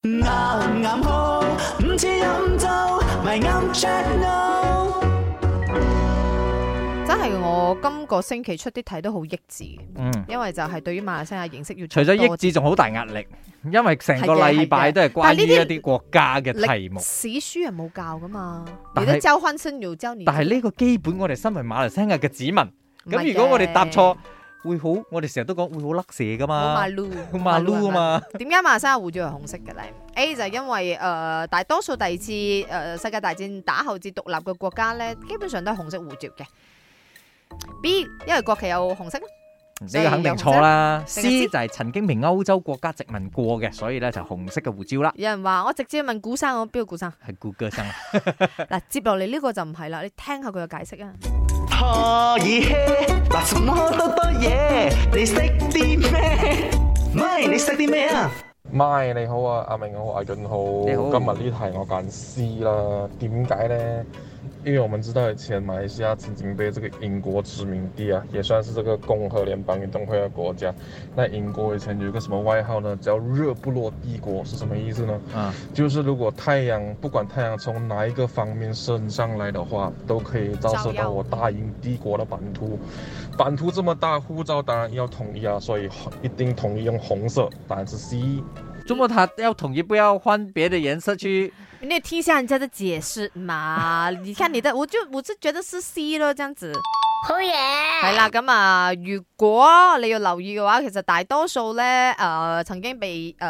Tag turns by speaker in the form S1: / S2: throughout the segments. S1: 啱啱好，唔似飲酒，咪啱 check no。
S2: 真係我今個星期出啲題都好益智，
S3: 嗯，
S2: 因為就係對於馬來西亞認識要
S3: 除咗益
S2: 多啲
S3: 智，仲好大壓力，因為成個
S2: 係嘅
S3: 禮拜
S2: 係嘅
S3: 都係
S2: 但
S3: 關
S2: 係
S3: 於
S2: 呢
S3: 一
S2: 啲
S3: 啲國家嘅題目
S2: 歷。史書係冇教噶嘛，
S3: 但
S2: 你
S3: 係
S2: 都交翻新要教你。
S3: 但係呢個基本，我哋身為馬來西亞嘅子民，
S2: 唔係
S3: 咁如果我哋答
S2: 嘅
S3: 錯，會好，我哋成日都講會好甩蛇噶
S2: 冇
S3: 嘛
S2: 馬，路，
S3: 好馬
S2: 係
S3: 騮啊
S2: 咪
S3: 嘛。
S2: 點解馬來西亞護照係紅色嘅咧？A 就係因為誒、呃大多數第二次誒、呃世界大戰打後至獨立嘅國家咧，基本上都係紅色護照嘅。B 因為國旗有紅色啦，
S3: 呢個肯定錯啦。
S2: 所以
S3: C 就係曾經被歐洲國家殖民過嘅，所以咧就紅色嘅胡椒啦，
S2: 有人話我直接問古生，我邊個古生？
S3: 係顧哥 生。
S2: 嗱，接落嚟呢個就唔係啦，你聽下佢嘅解釋啊。
S1: 可以嘿，嗱什麼多多嘢，你識啲咩？咪你識啲咩啊？
S4: 咪你好啊，阿明好，阿俊好。
S3: 你好
S4: 今日呢題我揀 C 啦，點解呢？因為我們知道以前馬來西亞曾經被這個英國殖民地啊，也算是這個共和聯邦運動會的國家。那英國以前有一個什麼外號呢？叫日不落帝國，是什麼意思呢？
S3: 啊，
S4: 就是如果太陽不管太陽從哪一個方面升上來的話，都可以照射到我大英帝国的版图。版图这么大，护照当然要统一啊，所以一定统一用红色，答案是 C。
S3: 中國塔要統一，不要換別的顏色去。
S2: 你也听一下人家的解釋嘛，你看你的，我就我就覺得是 C 咯，這樣子。
S5: 好嘢！
S2: 係啦，咁啊，如果你要留意嘅話，其實大多數咧，诶、曾經被诶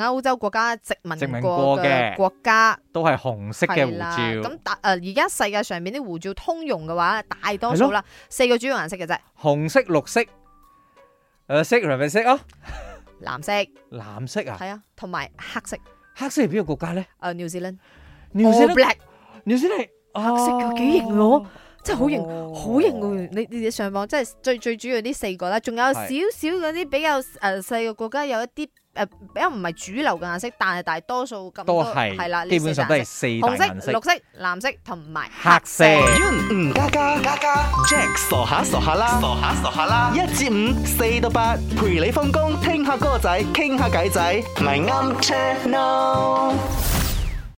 S2: 欧、歐洲國家殖民
S3: 殖民
S2: 過
S3: 過
S2: 嘅
S3: 嘅
S2: 國家
S3: 都係紅色嘅
S2: 係啦。
S3: 護
S2: 咁
S3: 照，
S2: 大诶，而家世界上面啲護照通用嘅話，大多數啦，四個主要顏色嘅啫，
S3: 紅色、綠色，誒色係咪色啊？
S2: 藍色
S3: 藍色啊？
S2: 係啊，同埋黑色。
S3: 黑色係邊個國家咧？
S2: 诶、New Zealand，
S3: New
S2: All
S3: Zealand，
S2: black，
S3: New Zealand，黑啊
S2: 色嘅幾型喎，真係好型，
S3: 哦
S2: 好型喎！你你哋上網真係最最主要呢四個啦，仲有少少嗰啲比較誒細嘅國家有一啲誒、呃比較唔係主流嘅顏色，但係大多數咁
S3: 都
S2: 係係啦，
S3: 係，
S2: 呢
S3: 基本上
S2: 四
S3: 都
S2: 隻顏色
S3: 係四大
S2: 紅
S3: 顏
S2: 色、綠。
S3: 色
S2: 色、藍色同埋
S3: 黑色
S1: 嗯，加加加加，Jack 傻下傻下啦，傻下傻下啦，一至五，四到八，陪你放工，聽下歌仔，傾下偈仔，咪啱 check no。